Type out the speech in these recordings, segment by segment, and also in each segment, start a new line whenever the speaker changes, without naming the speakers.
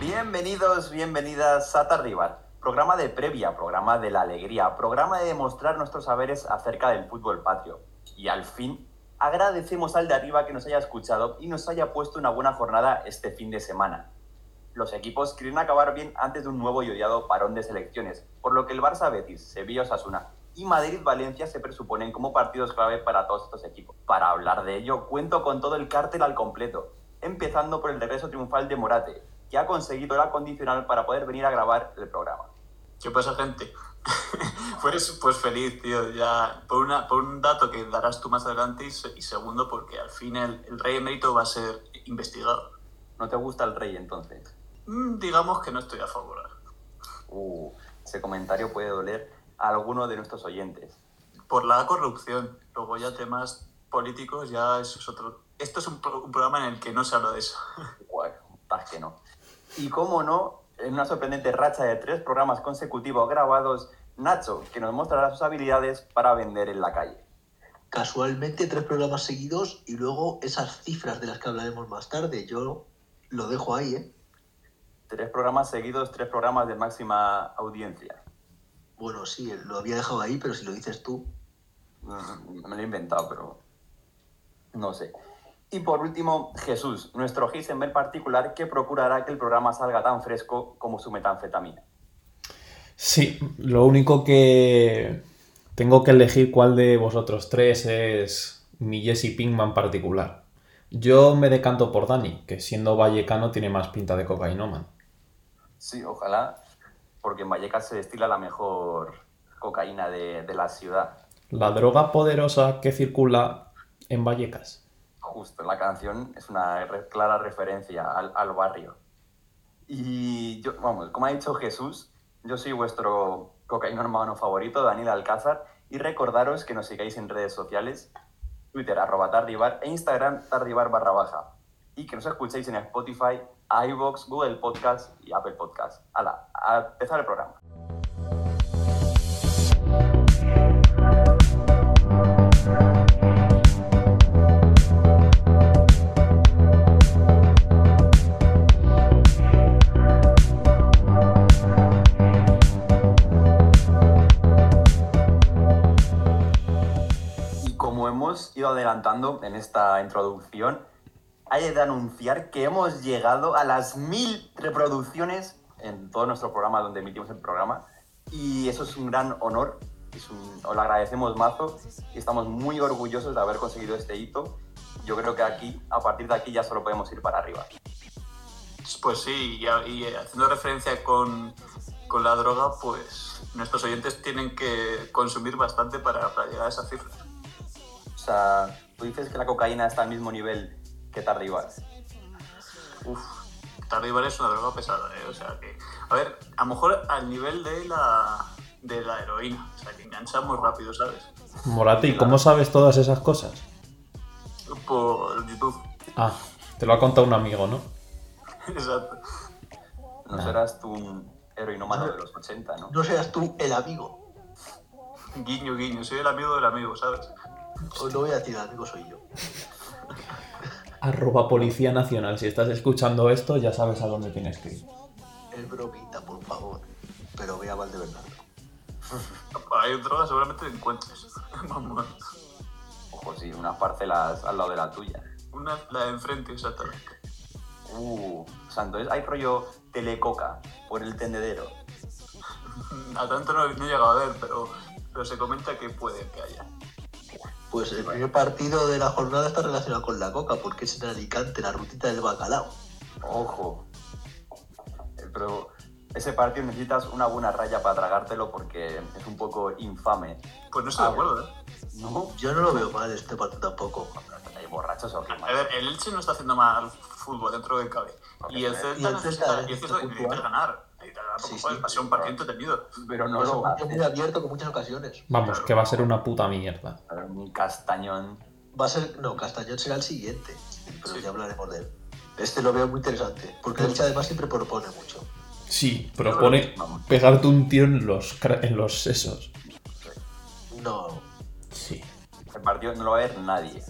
Bienvenidos, bienvenidas a Tardivar, programa de previa, programa de la alegría, programa de demostrar nuestros saberes acerca del fútbol patrio. Y al fin, agradecemos al de arriba que nos haya escuchado y nos haya puesto una buena jornada este fin de semana. Los equipos quieren acabar bien antes de un nuevo y odiado parón de selecciones, por lo que el Barça Betis, Sevilla Osasuna y Madrid-Valencia se presuponen como partidos clave para todos estos equipos. Para hablar de ello, cuento con todo el cártel al completo, empezando por el regreso triunfal de Morate, que ha conseguido la condicional para poder venir a grabar el programa.
¿Qué pasa, gente? pues, pues feliz, tío. Ya, por, una, por un dato que darás tú más adelante y, se- y segundo porque al fin el, el rey emérito va a ser investigado.
¿No te gusta el rey entonces?
Mm, digamos que no estoy a favor.
Uh, ese comentario puede doler a alguno de nuestros oyentes.
Por la corrupción. Luego ya temas políticos, ya eso es otro... Esto es un, pro- un programa en el que no se habla de eso.
Bueno, tas que no. Y cómo no, en una sorprendente racha de tres programas consecutivos grabados, Nacho, que nos mostrará sus habilidades para vender en la calle.
casualmente tres programas seguidos y luego esas cifras de las que hablaremos más tarde. Yo lo dejo ahí, ¿eh?
Tres programas seguidos, tres programas de máxima audiencia.
Bueno, sí, eh, lo había dejado ahí, pero si lo dices tú,
Mm, Me lo he inventado, pero no sé. Y por último, Jesús, nuestro Heisenberg particular que procurará que el programa salga tan fresco como su metanfetamina.
Sí, lo único que tengo que elegir cuál de vosotros tres es mi Jesse Pinkman particular. Yo me decanto por Dani, que siendo vallecano tiene más pinta de cocainoman.
Sí, ojalá, porque en Vallecas se destila la mejor cocaína de, de la ciudad.
La droga poderosa que circula en Vallecas.
Justo, la canción es una re- clara referencia al, al barrio. Y yo, vamos, como ha dicho Jesús, yo soy vuestro cocaíno hermano favorito, Daniel Alcázar, y recordaros que nos sigáis en redes sociales, Twitter, arroba tardivar, e Instagram, tardivar barra baja, y que nos escuchéis en Spotify, iVoox, Google Podcast y Apple Podcast. Hala, a empezar el programa. Y como hemos ido adelantando en esta introducción, hay de anunciar que hemos llegado a las mil reproducciones en todo nuestro programa donde emitimos el programa. Y eso es un gran honor. Es un- os lo agradecemos mazo y estamos muy orgullosos de haber conseguido este hito. Yo creo que aquí, a partir de aquí, ya solo podemos ir para arriba.
Pues sí, y, a- y haciendo referencia con, con la droga, pues nuestros oyentes tienen que consumir bastante para, para llegar a esa cifra.
O sea, tú dices que la cocaína está al mismo nivel que Tardivar.
Uf, Tardivar es una droga pesada, ¿eh? O sea que. A ver, a lo mejor al nivel de la, de la heroína. O sea que engancha muy rápido, ¿sabes?
Morati, ¿cómo sabes todas esas cosas?
Por YouTube.
Ah, te lo ha contado un amigo, ¿no?
Exacto.
No serás tú un heroinómano de los 80, ¿no?
no seas tú el amigo.
Guiño, guiño. Soy el amigo del amigo, ¿sabes?
O no voy a decir el amigo, soy yo.
Arroba Policía Nacional. Si estás escuchando esto, ya sabes a dónde tienes que ir.
Es bromita, por favor. Pero ve a Valdebernardo.
Pues Hay droga, seguramente te encuentres. Vamos.
Ojo, sí, unas parcelas al lado de la tuya.
Una, la de enfrente, exactamente.
Uh, o sea, entonces hay rollo telecoca por el tendedero.
A tanto no, no he llegado a ver, pero, pero se comenta que puede que haya.
Pues el primer partido de la jornada está relacionado con la coca, porque es en Alicante, la rutita del bacalao.
Ojo. Eh, Pero ese partido necesitas una buena raya para tragártelo porque es un poco infame.
Pues no estoy de acuerdo, ¿eh?
¿No?
Yo no lo veo mal este partido tampoco.
¿Hay borrachos o qué
A ver, el Elche no está haciendo mal fútbol dentro del cabe. Y el
Y este
Celta
el Celta
necesita, y el Celta
necesita
necesita
puntuar.
ganar. Necesita ganar porque
Sí,
joder,
sí.
va a ser un partido entretenido.
Pero no
Es un
lo
partido muy
haces.
abierto con muchas ocasiones.
Vamos, que va a ser una puta mierda.
A ver, Un castañón.
Va a ser. No, Castañón será el siguiente. Pero
Sí.
ya hablaremos de él. Este lo veo muy interesante. Porque el Elche además siempre propone mucho.
Sí, propone pegarte un tiro en los, cra- en los sesos.
No.
Sí.
El partido no lo va a ver nadie.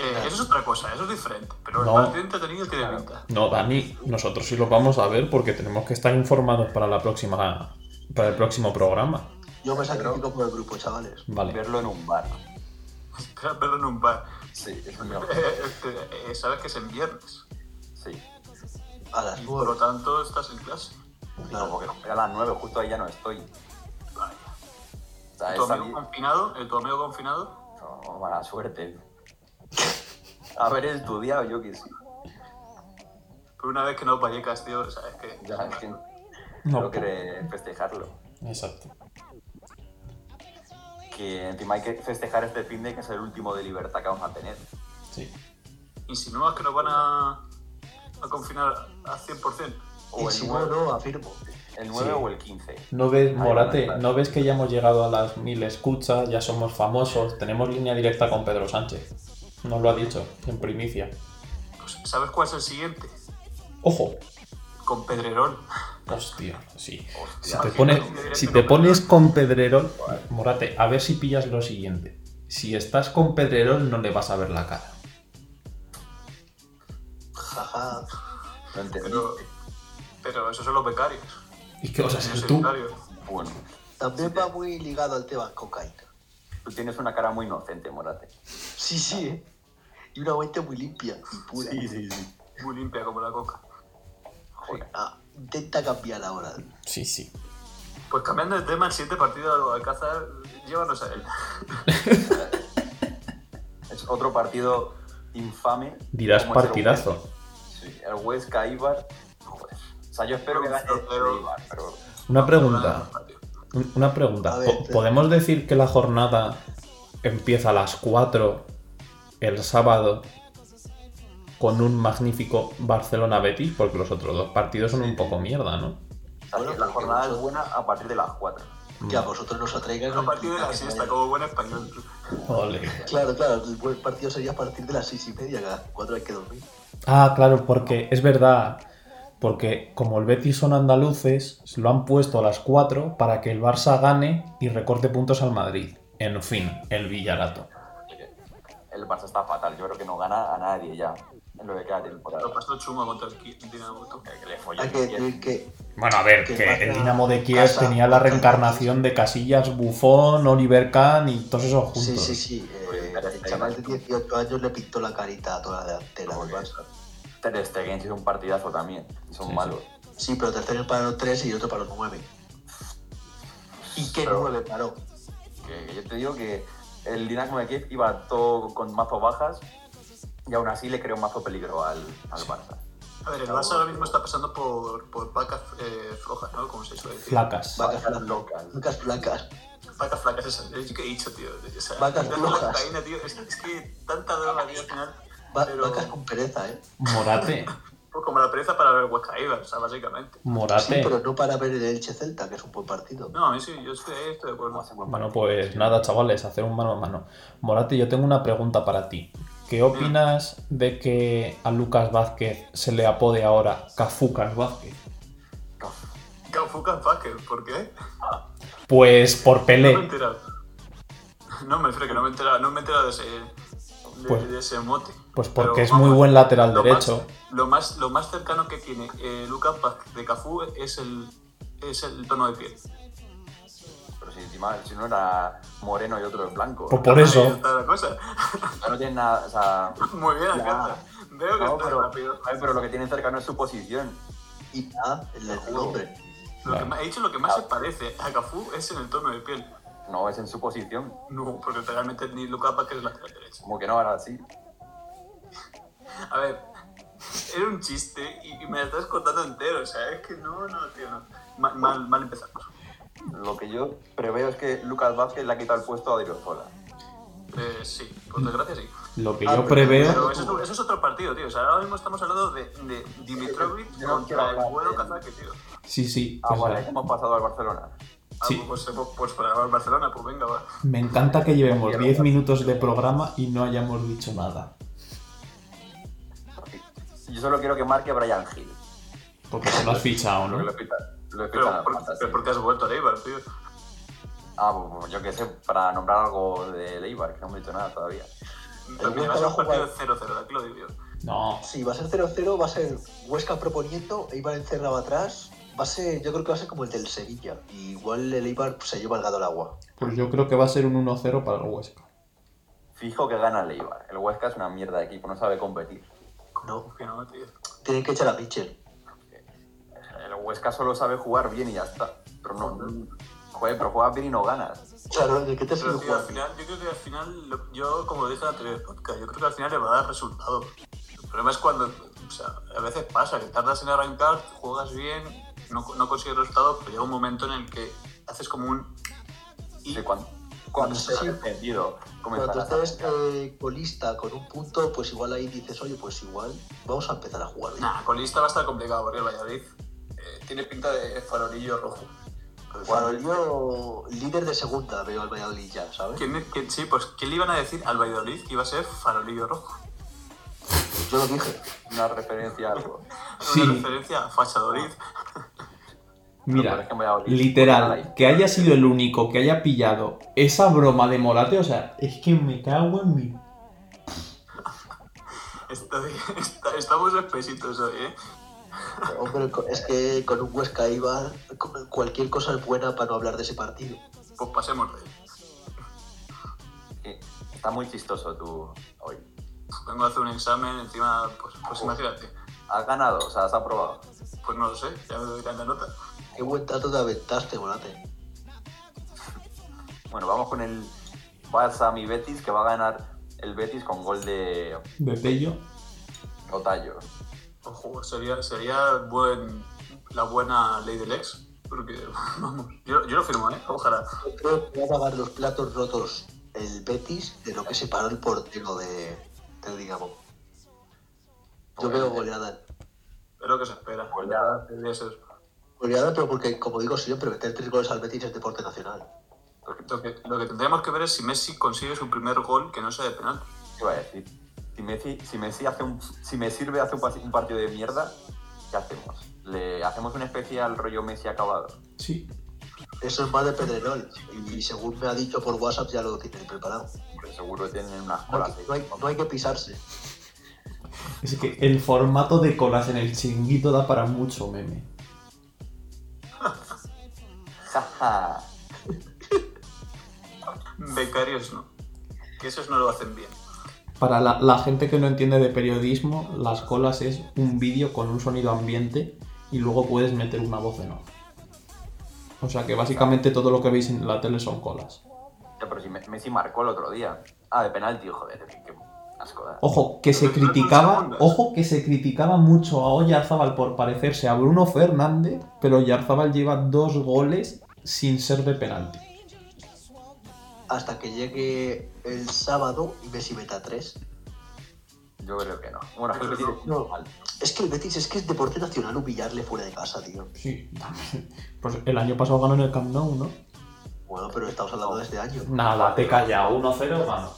Eh, eso es otra cosa, eso es diferente. Pero el partido entretenido tiene pinta.
No, Dani, nosotros sí los vamos a ver porque tenemos que estar informados para la próxima para el próximo programa.
Yo me sacrifico por el grupo, chavales.
Vale.
Verlo en un bar.
Espera verlo en un bar.
Sí, es mejor.
Eh, este, eh, sabes que es en viernes.
Sí.
A las
Y por lo
nueve.
tanto estás en clase.
No, porque nos pega a las 9, justo ahí ya no estoy.
Vaya.
O
Ah,
sea,
¿Tu
he
amigo
salido-
confinado? ¿El tu amigo confinado?
No, mala suerte. Haber estudiado, yo que sí.
Por una vez que no pues vallecas, tío, sabes que.
Ya, es que
No,
no quiere festejarlo.
exacto.
Que encima hay que festejar este fin de que es el último de libertad que vamos a tener.
Sí.
¿Insinúas que nos van a, a confinar al 100%?
O
Y
el
si no,
9,
no, afirmo.
el 9
Sí.
o el 15.
¿No ves,
va,
Morate,
claro.
no ves que ya hemos llegado a las mil escuchas, ya somos famosos, tenemos línea directa con Pedro Sánchez? Nos lo ha dicho, en primicia.
Pues, ¿Sabes cuál es el siguiente?
¡Ojo!
Con Pedrerón.
Hostia, sí. Si
Hostia,
te, pone- si te pones con Pedrerol, Morate, a ver si pillas lo siguiente. Si estás con Pedrerol no le vas a ver la cara.
Jaja.
no entendí.
Pero, pero esos son los becarios.
¿Y qué vas a
Los
hacer tú?
secundarios.
Bueno,
También va muy ligado al tema cocaína.
tú tienes una cara muy inocente, Morate.
Sí, sí, ¿eh? Y una mente muy limpia y pura.
sí, sí.
Muy limpia como la coca.
Joder.
Ah, intenta cambiar ahora.
Sí, sí.
Pues cambiando de tema, el siguiente partido de Alcázar, llévanos a él.
Es otro partido infame.
Dirás
como es el
partidazo.
Huesca. Sí, el Huesca Ibar. Joder. O sea, yo espero que gane
Pero-
el Ibar, pero
Una pregunta. un- Una
A
pregunta.
ver,
Po-
te-
¿Podemos decir que la jornada empieza a las 4 el sábado con un magnífico Barcelona-Betis? Porque los otros dos partidos son un poco mierda, ¿no?
o sea,
Bueno,
que la
porque
jornada
mucho-
es buena a partir de las 4.
Que
Mm.
a vosotros nos atraiga.
A partir de la siesta, como buen español.
Ole.
Claro, claro, el buen partido sería a partir de las seis y media, cada cuatro hay que dormir.
Ah, claro, porque es verdad. Porque como el Betis son andaluces, lo han puesto a las 4 para que el Barça gane y recorte puntos al Madrid. En fin, el Villarato.
El Barça está fatal, yo creo que no gana a nadie ya en lo que queda de temporada.
Lo pasó chungo contra el Ki- Dinamo. tú.
Que le follen
Hay que
bien.
decir que
Bueno, a ver,
Que
que
el Barça
el Dinamo de Kiev
casa-
tenía la reencarnación de Casillas, Buffon, Oliver Kahn y todos esos juntos.
Sí, sí, sí. eh, el chaval de 18 años le pintó la carita a toda la delantera del Barça.
Ter Stegen hizo un partidazo también, y son
Sí,
malos.
Sí, pero tercero para los 3 y otro para los 9. ¿Y qué
Pero-
9 paró?
Que, que yo te digo que el Dinamo de Kiev iba todo con mazo bajas y aún así le creó un mazo peligro al, al Barça.
A ver, el Barça ahora mismo está pasando por, por vacas eh, flojas, ¿no? Como se suele decir.
Flacas.
Vacas
Vacas
flacas.
locas.
Vacas flacas.
Vacas flacas, eso. Es que he dicho, tío. O sea,
Vacas
tanto la
flojas.
cocaína, tío. Es, es que tanta droga, tío, al final.
Va-
Pero-
Vacas con pereza, ¿eh?
Morate,
Pues como la pereza para ver Huesca Ibar, o sea, básicamente.
Sí,
Morate.
pero no para ver el Elche Celta, que es un buen partido.
No, a mí sí, yo estoy, estoy de acuerdo.
Hace buen
Bueno,
partido.
pues nada, chavales, hacer un mano a mano. Morate, yo tengo una pregunta para ti.
Mm.
¿Qué opinas de que a Lucas Vázquez se le apode ahora Cafucas Vázquez?
Caufuca Vázquez, ¿por qué?
Pues por
No
Pelé.
me he enterado. No me fío, que no me he enterado, no me he enterado de ese, de,
Pues-
de ese mote.
Pues
Pero
porque es
vamos,
muy buen lateral
lo
derecho.
Más, lo, más, lo más cercano que tiene eh, Lucas Vázquez de Cafú es el, es el tono de piel.
Pero si encima, si uno era moreno y otro es blanco.
Pues por
Ahí
eso.
está la cosa.
No tienen nada, o sea...
Muy bien, Alcázar. Veo que
no,
estás
pero,
rápido.
ay, pero lo que tienen cerca no es su posición.
Y nada, el del nombre.
Lo que
Vale.
más- he dicho lo que más
Ah.
se parece a Cafú es en el tono de piel.
No, es en su posición.
No, porque realmente ni Lucas Vázquez es lateral derecho.
Como que no, ahora sí.
A ver, era un chiste y, y me lo estás contando entero, o sea, es que no, no, tío, no. Mal, mal, mal empezamos.
Lo que yo preveo es que Lucas Vázquez le ha quitado el puesto a Odriozola.
Eh, sí, por desgracia sí.
Lo que
Ah,
yo
pero-
preveo.
Pero eso, es- eso es otro partido, tío. O sea, ahora mismo estamos hablando de, de Dimitrovic
Yo no quiero
contra el
hablar
vuelo
de-
kazaki, tío.
Sí, sí. pues
Ah,
o
vale,
sea,
hemos pasado al Barcelona.
Ah,
Sí.
pues, pues, pues para el Barcelona, pues venga, va.
Me encanta que llevemos 10 minutos de programa y no hayamos dicho nada.
Yo solo quiero que marque Brian Hill.
Porque se lo has fichado,
Lo que
¿no?
lo pitan. Lo pitan
Pero,
las
por,
patas.
pero porque has vuelto a Eibar, tío.
Ah, pues, pues, yo qué sé, para nombrar algo de Leibar, que no hemos dicho nada todavía.
Pero que va
Huesca
a ser
va a
un partido
jugar-
0-0, aquí lo digo yo.
No,
Si va a ser 0-0, va a ser Huesca proponiendo, Eibar encerrado atrás. Va a ser, yo creo que va a ser como el del Sevilla. Y igual el Eibar se lleva el gato al agua.
pues yo creo que va a ser un 1-0 para el Huesca.
Fijo que gana el Eibar. El Huesca es una mierda de equipo, no sabe competir.
No,
Que no, tío.
tienen que echar a Mitchell.
El Huesca solo sabe jugar bien y ya está. Pero Pues no. Joder, pero juegas bien y no ganas.
Claro, ¿de qué te sirve
Pero tío, al
jugar?
final, yo creo que al final, lo- yo como dije en el anterior podcast, yo creo que al final le va a dar resultado. El problema es cuando, o sea, a veces pasa que tardas en arrancar, juegas bien, no, no consigues resultados, pero llega un momento en el que haces como un... Y
Que cuando, cuando
Sí.
estés encendido,
Cuando tú
comenzarás a-
estés eh, colista con un punto, pues igual ahí dices, oye, pues igual vamos a empezar a jugar bien.
Nah, con lista va a estar complicado porque el Valladolid eh, tiene pinta de farolillo rojo. Pues
Cuando yo líder de segunda veo al Valladolid ya, ¿sabes?
¿Quién, quién- sí, pues, ¿quién le iban a decir al Valladolid que iba a ser farolillo rojo?
Yo lo dije.
una referencia a algo.
Sí.
Una referencia a Fachadolid.
Pero,
Mira,
pero es que me da olido.
literal, que haya sido el único que haya pillado esa broma de Morate, o sea, es que me cago en mí.
Estoy- está- estamos espesitos hoy, ¿eh?
Hombre, co- es que con un Huesca iba cualquier cosa es buena para no hablar de ese partido.
Pues pasemos de él.
Sí, Está muy chistoso tú hoy.
Vengo a hacer un examen, encima, pues, pues imagínate.
Has ganado, o sea, has aprobado.
Pues no lo sé, ya me dirán la nota.
Qué buen dato te aventaste, Morate.
Bueno, vamos con el Barça mi Betis, que va a ganar el Betis con gol de
De Tello.
Otallo.
Ojo, sería, sería buen, la buena ley del ex. Porque, vamos, yo, yo lo firmo, ¿eh? Ojalá.
Yo creo que va a pagar los platos rotos el Betis de lo que se paró el portero de, del Dinamo. Yo veo goleada.
Es lo que se espera.
Pues nada.
Debería ser.
Goleada, pero porque, como digo siempre, meter tres goles al Betis es deporte nacional.
Lo que, lo que tendríamos que ver es si Messi consigue su primer gol que no sea de penal.
¿Qué iba a decir? Si Messi, si Messi hace un, si me sirve hace un, pas- un partido de mierda, ¿qué hacemos? Le hacemos un especial rollo Messi acabado.
Sí.
Eso es más de Pedrerol. Y según me ha dicho por WhatsApp, ya lo tienen preparado.
Porque seguro que tienen unas
No hay,
colas.
que-
ahí.
no hay- no hay que pisarse.
Es que el formato de colas en el chinguito da para mucho meme.
Ja, ja.
Becarios no. Que esos no lo hacen bien.
Para la, la gente que no entiende de periodismo, las colas es un vídeo con un sonido ambiente y luego puedes meter una voz en off. O sea que básicamente todo lo que veis en la tele son colas.
Ya, Pero si Me- Messi marcó el otro día. Ah, de penalti, joder, qué qué asco ¿eh? da.
Ojo, que se criticaba, ojo que se criticaba mucho a Oyarzabal por parecerse a Bruno Fernández, pero Oyarzabal lleva dos goles sin ser de penalti.
Hasta que llegue el sábado y Messi meta tres.
Yo creo que no. Bueno, es que el Betis es
No.
mal.
Es que el Betis es que es deporte nacional humillarle fuera de casa, tío.
Sí, pues el año pasado ganó en el Camp Nou, ¿no?
Bueno, pero estamos hablando de este año.
Nada, te calla, 1-0 ganó.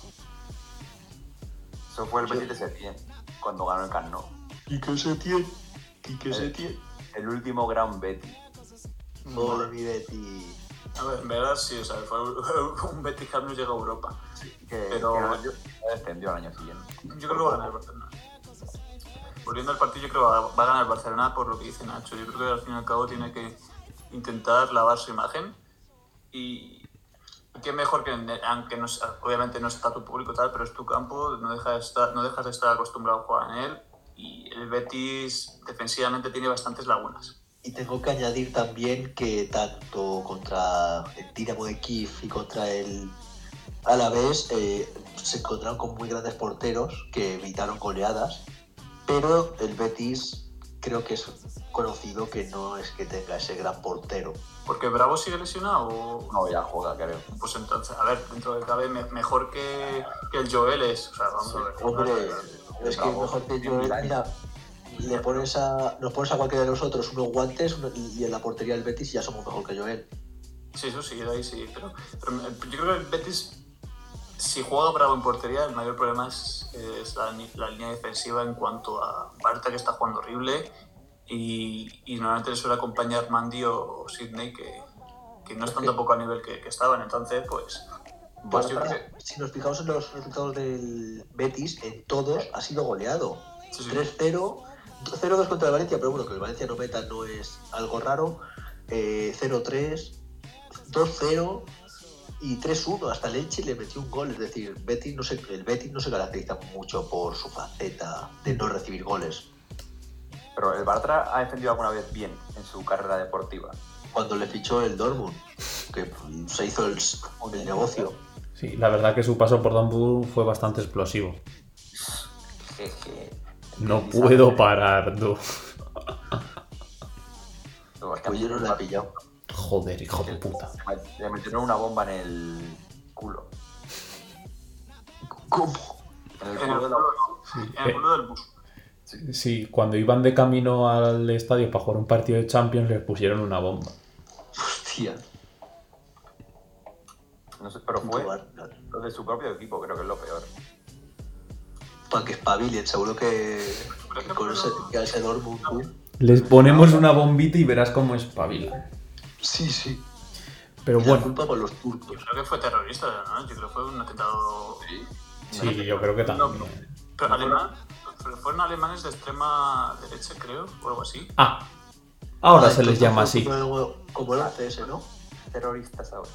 Eso fue el Betis de Setién, cuando ganó el Cano.
¿Y qué se tiene? ¿Y qué
se
tiene?
El último gran Betis.
Ole, mi Betis.
A ver, en verdad sí, o sea, fue un un Betis que no llega a Europa.
Que,
Pero-
que no- que descendió al año siguiente.
Yo creo que va a ganar el Barcelona. Volviendo al partido, yo creo que va va a ganar el Barcelona por lo que dice Nacho. Yo creo que al fin y al cabo tiene que intentar lavar su imagen y qué mejor que, aunque no sea- obviamente no está tu público tal, pero es tu campo, no, deja de estar- no dejas de estar acostumbrado a jugar en él y el Betis defensivamente tiene bastantes lagunas.
Y tengo que añadir también que tanto contra el Dinamo de Kiev y contra el Alavés eh, se encontraron con muy grandes porteros que evitaron goleadas, pero el Betis creo que es conocido que no es que tenga ese gran portero.
Porque Bravo sigue lesionado o
No, ya juega, creo.
Pues entonces, a ver, dentro de cabe, me- mejor que, que el Joel es. O sea, vamos a ver.
Hombre, es que
Bravo.
mejor que yo,
Milán.
mira, le pones a, nos pones a cualquiera de nosotros unos guantes una- y en la portería del Betis ya somos mejor que ¿eh? Joel.
Sí, eso sí, de ahí sí. Pero, pero me- yo creo que el Betis, si juega Bravo en portería, el mayor problema es, es la, ni- la línea defensiva en cuanto a Barta, que está jugando horrible, y, y normalmente le suele acompañar Mandy o, Sidney, que, que no están tampoco a nivel que, que estaban. Entonces, pues, Pues yo
Pero
creo
mira,
que-
Si nos fijamos en los resultados del Betis, en todos ha sido goleado.
Sí, sí.
3-0, 0-2 contra el Valencia, pero bueno, que el Valencia no meta no es algo raro. Eh, 0-3, 2-0 y 3-1. Hasta el Elche le metió un gol. Es decir, Betis no se, el Betis no se caracteriza mucho por su faceta de no recibir goles.
Pero el Bartra ha defendido alguna vez bien en su carrera deportiva.
Cuando le fichó el Dortmund, que se hizo el, el negocio.
Sí, la verdad que su paso por Dortmund fue bastante explosivo.
Jeje.
No
Quizá-
puedo parar, no.
No, es que a mí
Pues yo no
el
la he
Bartra-
pillado.
Joder, hijo de puta.
Le metieron una bomba en el culo.
¿Cómo?
En el
En el
culo de
culo,
la...
no.
Sí,
En el culo del bus.
eh, sí, cuando iban de camino al estadio para jugar un partido de Champions les pusieron una bomba.
Hostia.
No sé, pero fue
Bartra.
lo de su propio equipo, creo que es lo peor.
Para que espabilen, seguro que, que con ese, que ese Dortmund. tú-
Les ponemos una bombita y verás cómo espabila.
Sí, sí.
Pero
Y La
bueno,
culpa con los
Yo
turcos.
creo que fue terrorista, ¿no? Yo creo que fue un atentado.
pues, sí, yo creo que también.
pues. Pero alemán. pero fueron alemanes de extrema derecha, creo, o algo así.
Ah, ahora
Ah,
se
Entonces,
les llama así.
pues,
fue algo Como el ACS, ¿no?
Terroristas ahora.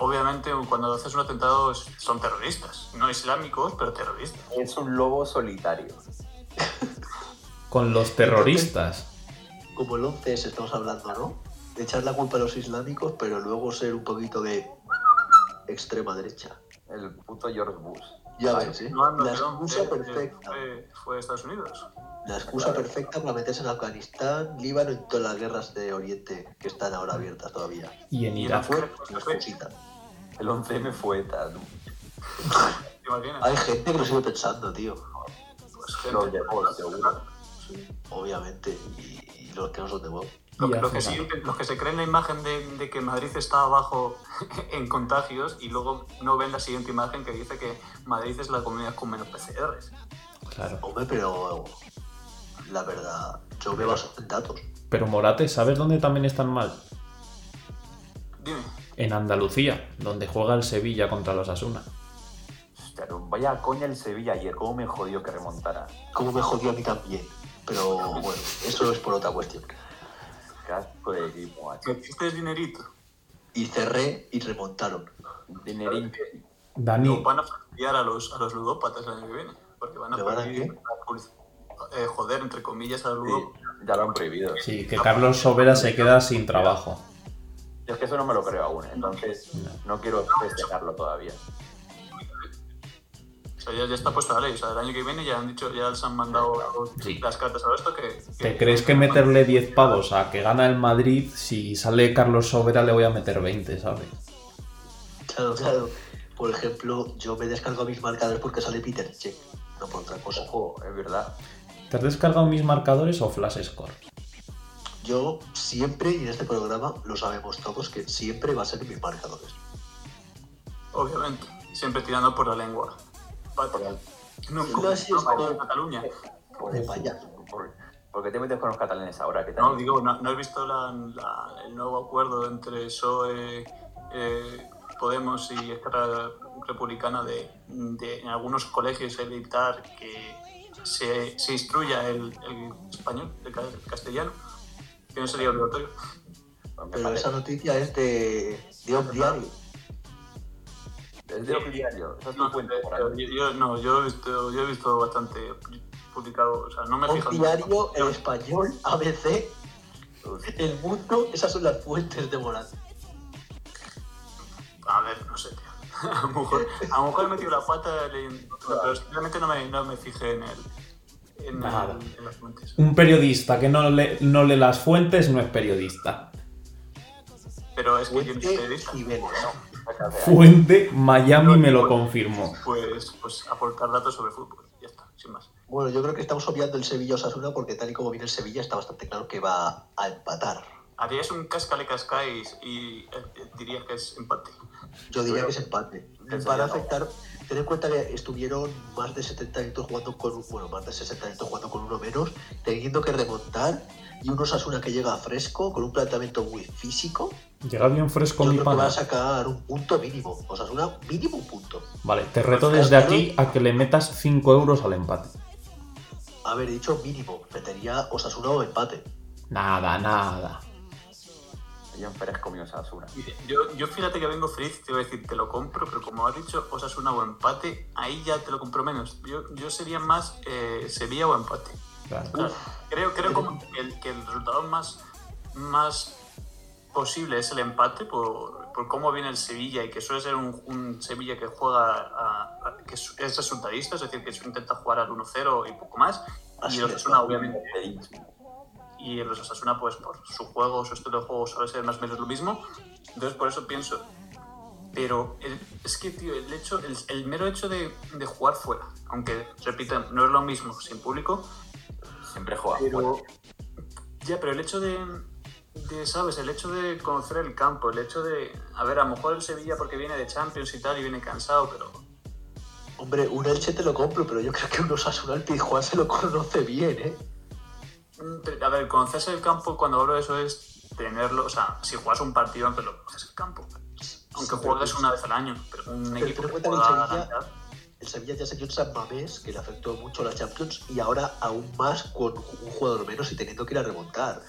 Obviamente, cuando haces un atentado es- son terroristas. No islámicos, pero terroristas.
Es un lobo solitario.
Con los terroristas.
Como el 11S estamos hablando, ¿no? De echar la culpa a los islámicos, pero luego ser un poquito de extrema derecha.
El puto George Bush.
Ya ves, ¿eh?
No, no,
la
perdón,
excusa
eh,
perfecta.
Fue, fue Estados Unidos.
La excusa perfecta para meterse en Afganistán, Líbano y todas las guerras de Oriente que están ahora abiertas todavía.
Y en
Y
Irak.
fue.
Una
fue-
excusita.
El 11M fue ETA. ¿no?
¿Te imaginas?
Hay gente que lo sigue pensando, tío.
Pues, gente.
Los de Vox, seguro.
Obviamente. Y, y los que no son de Vox.
Lo-
Y
lo que
África.
sí- los que se creen la imagen de, de que Madrid está abajo en contagios y luego no ven la siguiente imagen que dice que Madrid es la comunidad con menos PCRs.
Claro.
Hombre, pero la verdad, yo me baso en datos.
Pero Morate, ¿sabes dónde también están mal?
Dime,
En Andalucía, donde juega el Sevilla contra los Asuna.
Hostia, no, vaya coña el Sevilla ayer. ¿Cómo me jodió que remontara?
Como me jodió a mí también. Pero bueno, eso es por otra cuestión.
Casco de equipo, macho.
¿metiste el dinerito?
Y cerré y remontaron.
Dinerín.
No,
Dani,
van a fastidiar a los, a los ludópatas el año que viene, porque van a
¿Le van a
prohibir la public- eh, joder, entre comillas, a los
Sí,
ludópatas.
ya lo han prohibido.
pues,
sí, que Carlos Sobera se queda sin trabajo.
Yo es que eso no me lo creo aún, entonces no quiero festejarlo todavía.
O sea, ya, ya está puesta la ley, o sea, el año que viene ya han dicho, ya les han mandado
Sí.
las cartas a esto que...
¿Te crees que meterle 10 pavos a que gana el Madrid, si sale Carlos Sobera le voy a meter 20, ¿sabes?
Claro, claro. Por ejemplo, yo me descargo a mis marcadores porque sale Peter Check. No por otra cosa.
Ojo, es verdad.
¿Te has descargado mis marcadores o Flash Score?
Yo siempre, y en este programa lo sabemos todos, que siempre va a ser mis marcadores.
Obviamente, siempre tirando por la lengua. Pa- No, como-
Gracias,
no,
Paul.
Cataluña.
Por,
De payaso.
por- ¿por qué te metes con los catalanes ahora? ¿Qué tal?
No, digo, no, no he visto la- la- el nuevo acuerdo entre PSOE, E, eh, Podemos y Esquerra Republicana de, de en algunos colegios evitar que se, se instruya el, el español, el ca- el castellano, que no sería obligatorio.
Me
Pero
parece-
esa noticia es de, de un diario.
Es de diario, eso es
No,
tu cuenta por
yo,
ahí.
yo- no, yo he visto, yo he visto bastante publicado, o sea, no me he
Un
fijado.
diario, el español, ABC,
Hostia,
el mundo. Esas son las fuentes de Morán.
A ver, no sé, tío. A lo mejor, a lo mejor he metido la pata, leyendo, pero realmente no me, no me fijé en el, en,
Nada.
el- en las fuentes.
Un periodista que no lee, no lee las fuentes no es periodista.
Pero es que yo no soy
Fuente
periodista.
Jiménez.
sácate ahí.
Fuente Miami me lo confirmó.
Pues, pues aportar datos sobre fútbol, ya está, sin más.
Bueno, yo creo que estamos obviando el Sevilla Osasuna porque tal y como viene el Sevilla está bastante claro que va a empatar.
Harías un cascale cascáis y eh, dirías que es empate.
Yo diría
Pero-
que es empate.
Pensaría
Van a
no.
afectar. Ten en cuenta que estuvieron más de 70 minutos jugando con un, bueno, más de 60 minutos jugando con uno menos, teniendo que remontar y un Osasuna que llega fresco, con un planteamiento muy físico.
Llegad bien fresco,
yo
mi
creo que va
pana.
a sacar un punto mínimo. Osasuna, mínimo un punto.
Vale, te reto
Pues,
desde
claro.
aquí a que le metas 5 euros al empate.
Haber dicho mínimo, metería Osasuna o empate.
Nada, nada.
Yo en Pérez comió Osasuna.
Mire, Yo, yo fíjate que vengo feliz, te iba a decir, te lo compro, pero como has dicho, Osasuna o empate, ahí ya te lo compro menos. Yo, yo sería más eh, Sevilla o empate.
Claro.
O sea, creo creo como que, el, que el resultado más, más posible es el empate por, por cómo viene el Sevilla y que suele ser un, un Sevilla que juega, a- a- que es es resultadista, es decir, que su- intenta jugar al 1-0 y poco más.
Así
Y
es,
el Osasuna, obviamente,
Te he dicho.
y el Osasuna pues por su juego, su estilo de juego suele ser más o menos lo mismo, entonces por eso pienso. Pero el- es que, tío, el, hecho, el, el mero hecho de, de jugar fuera, aunque, repito, no es lo mismo sin público,
Siempre juega.
pero,
fuerte.
ya, pero el hecho de, de, ¿sabes? El hecho de conocer el campo, el hecho de, a ver, a lo mejor el Sevilla porque viene de Champions y tal y viene cansado, pero
Hombre, un Elche te lo compro, pero yo creo que un Osasuna al Pizjuán se lo conoce bien, ¿eh?
Mm, pero, A ver, conocerse el campo, cuando hablo de eso es tenerlo, o sea, si juegas un partido, aunque lo conoces el campo. Aunque
Sí, pero-
juegues una vez al año, pero un
pero
equipo
ten en
que
cuenta que el
juega a la
Sevilla-
mitad,
El Sevilla ya se dio un San Mamés que le afectó mucho a la Champions y ahora aún más con un jugador menos y teniendo que ir a remontar.